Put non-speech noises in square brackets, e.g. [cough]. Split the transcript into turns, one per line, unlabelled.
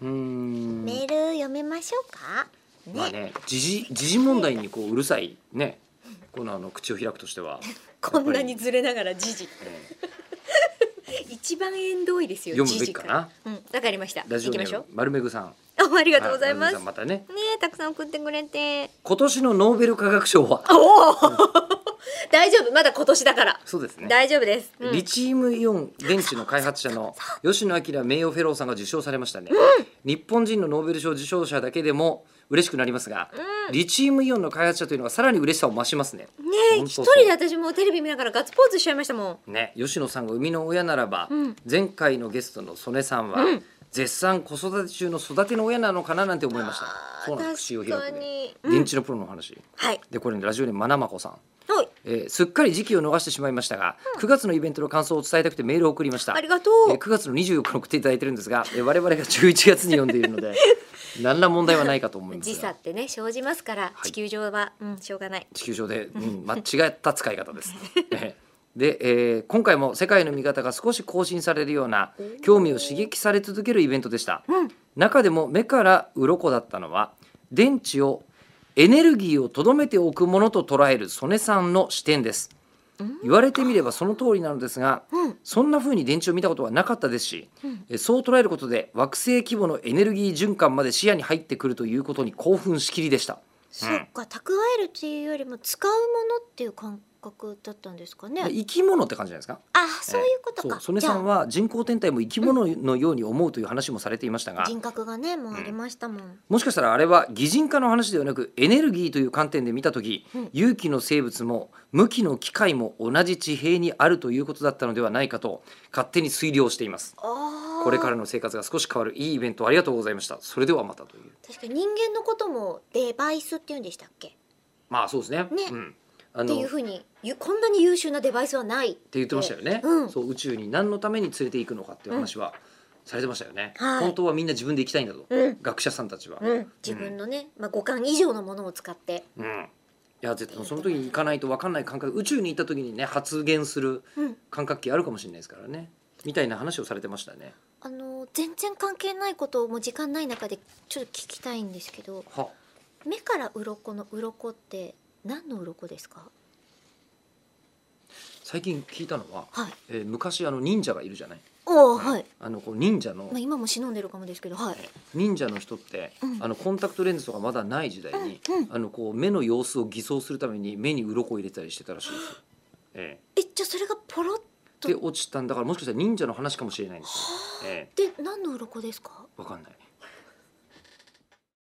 うーん
メール読めましょうか
まあ
ね
ね時事時事問題にこううるさいねこのあの口を開くとして
[laughs]
は
こんなにずれながら時事
え
一番縁遠いですよ
読むべき
時事
からな
うんわかりました
ーラジオ
行
ネ
きま
ー
しょ
ム丸めぐさんあ
うありがとうございますね
またね
えたくさん送ってくれて
今年のノーベル化学賞は [laughs]
おお [laughs] 大丈夫まだ今年だから
そうですね
大丈夫です、うん
リチウムイオン電池の開発者
[laughs]
の吉野彰名誉フェローさんが受賞されましたね、日本人のノーベル賞受賞者だけでも嬉しくなりますが、リチウムイオンの開発者というのはさらに嬉しさを増しますね
ねえ
本当
一
そう
人で私もテレビ見ながらガッツポーズしちゃいましたもん
ね、吉野さんが生みの親ならば、
うん
前回のゲストの曽根さんは、絶賛子育て中の育ての親なのかななんて思いました
あー
そうなんです口を開
確
く
か
で
に、
電池のプロの話、
はい
でこれねラジオネームまなまこさん、
はい
えーすっかり時期を逃してしまいましたが、9月のイベントの感想を伝えたくてメールを送りました
ありがと
え
う
ー9月の24日に送っていただいてるんですが、えー我々が11月に読んでいるの
[laughs]
で何ら問題はないかと思います
時差
が
ってね生じますから、
はい
地球上はうんしょうがない
地球上 [laughs] で、うん、間違った使い方 [laughs] です。えーで、えー今回も世界の見方が少し更新されるような興味を刺激され続けるイベントでした、中でも目から鱗だったのは電池をエネルギーをとどめておくものと捉える曽根さんの視点です言われてみればその通りなのですが、そんな風に電池を見たことはなかったですし、えそう捉えることで惑星規模のエネルギー循環まで視野に入ってくるということに興奮しきりでした。
そっか蓄えるっていうよりも使うものっていう感覚だったんですかね
で生き物って感じじゃないですか
あそういうこと
そ
か、
う曽根さんは人工天体も生き物のように思うという話もされていました
じゃ
が
あ人格がねもうありましたもん、
もしかしたらあれは擬人化の話ではなくエネルギーという観点で見た時、
うん
有機の生物も無機の機械も同じ地平にあるということだったのではないかと勝手に推量しています
ああ
これからの生活が少し変わるいいイベントありがとうございましたそれではまたという
確かに人間のこともデバイスって言うんでしたっけ
まあそうですねうん、あ
って
の
いう
っ
ふうにゆこんなに優秀なデバイスはないって
て言ってましたよね、
うん
そう宇宙に何のために連れて行くのかっていう話はされてましたよね、
はい
本当はみんな自分で行きたいんだと、
うん
学者さんたちは、
うん、自分のね、まあ、五感以上のものを使って
うん、いや絶対その時に行かないと分かんない感覚宇宙に行った時にね発言する
うん
感覚器あるかもしれないですからねみたいな話をされてましたね。
あの全然関係ないことをもう時間ない中でちょっと聞きたいんですけど
は
目から鱗の鱗って何の鱗ですか
最近聞いたのは、
はい
えー昔あの忍者がいるじゃない
おおはい、
あのこう忍者の
まあ、今も忍んでるかもですけどはい
忍者の人って、
うん
あのコンタクトレンズとかまだない時代に、
うんうん
あのこう目の様子を偽装するために目に鱗を入れたりしてたらしいですよ。え
えじゃあそれがポロッ
えで落ちたんだからもしかしたら忍者の話かもしれないんですよ。え
て何の鱗ですか
えわかんない。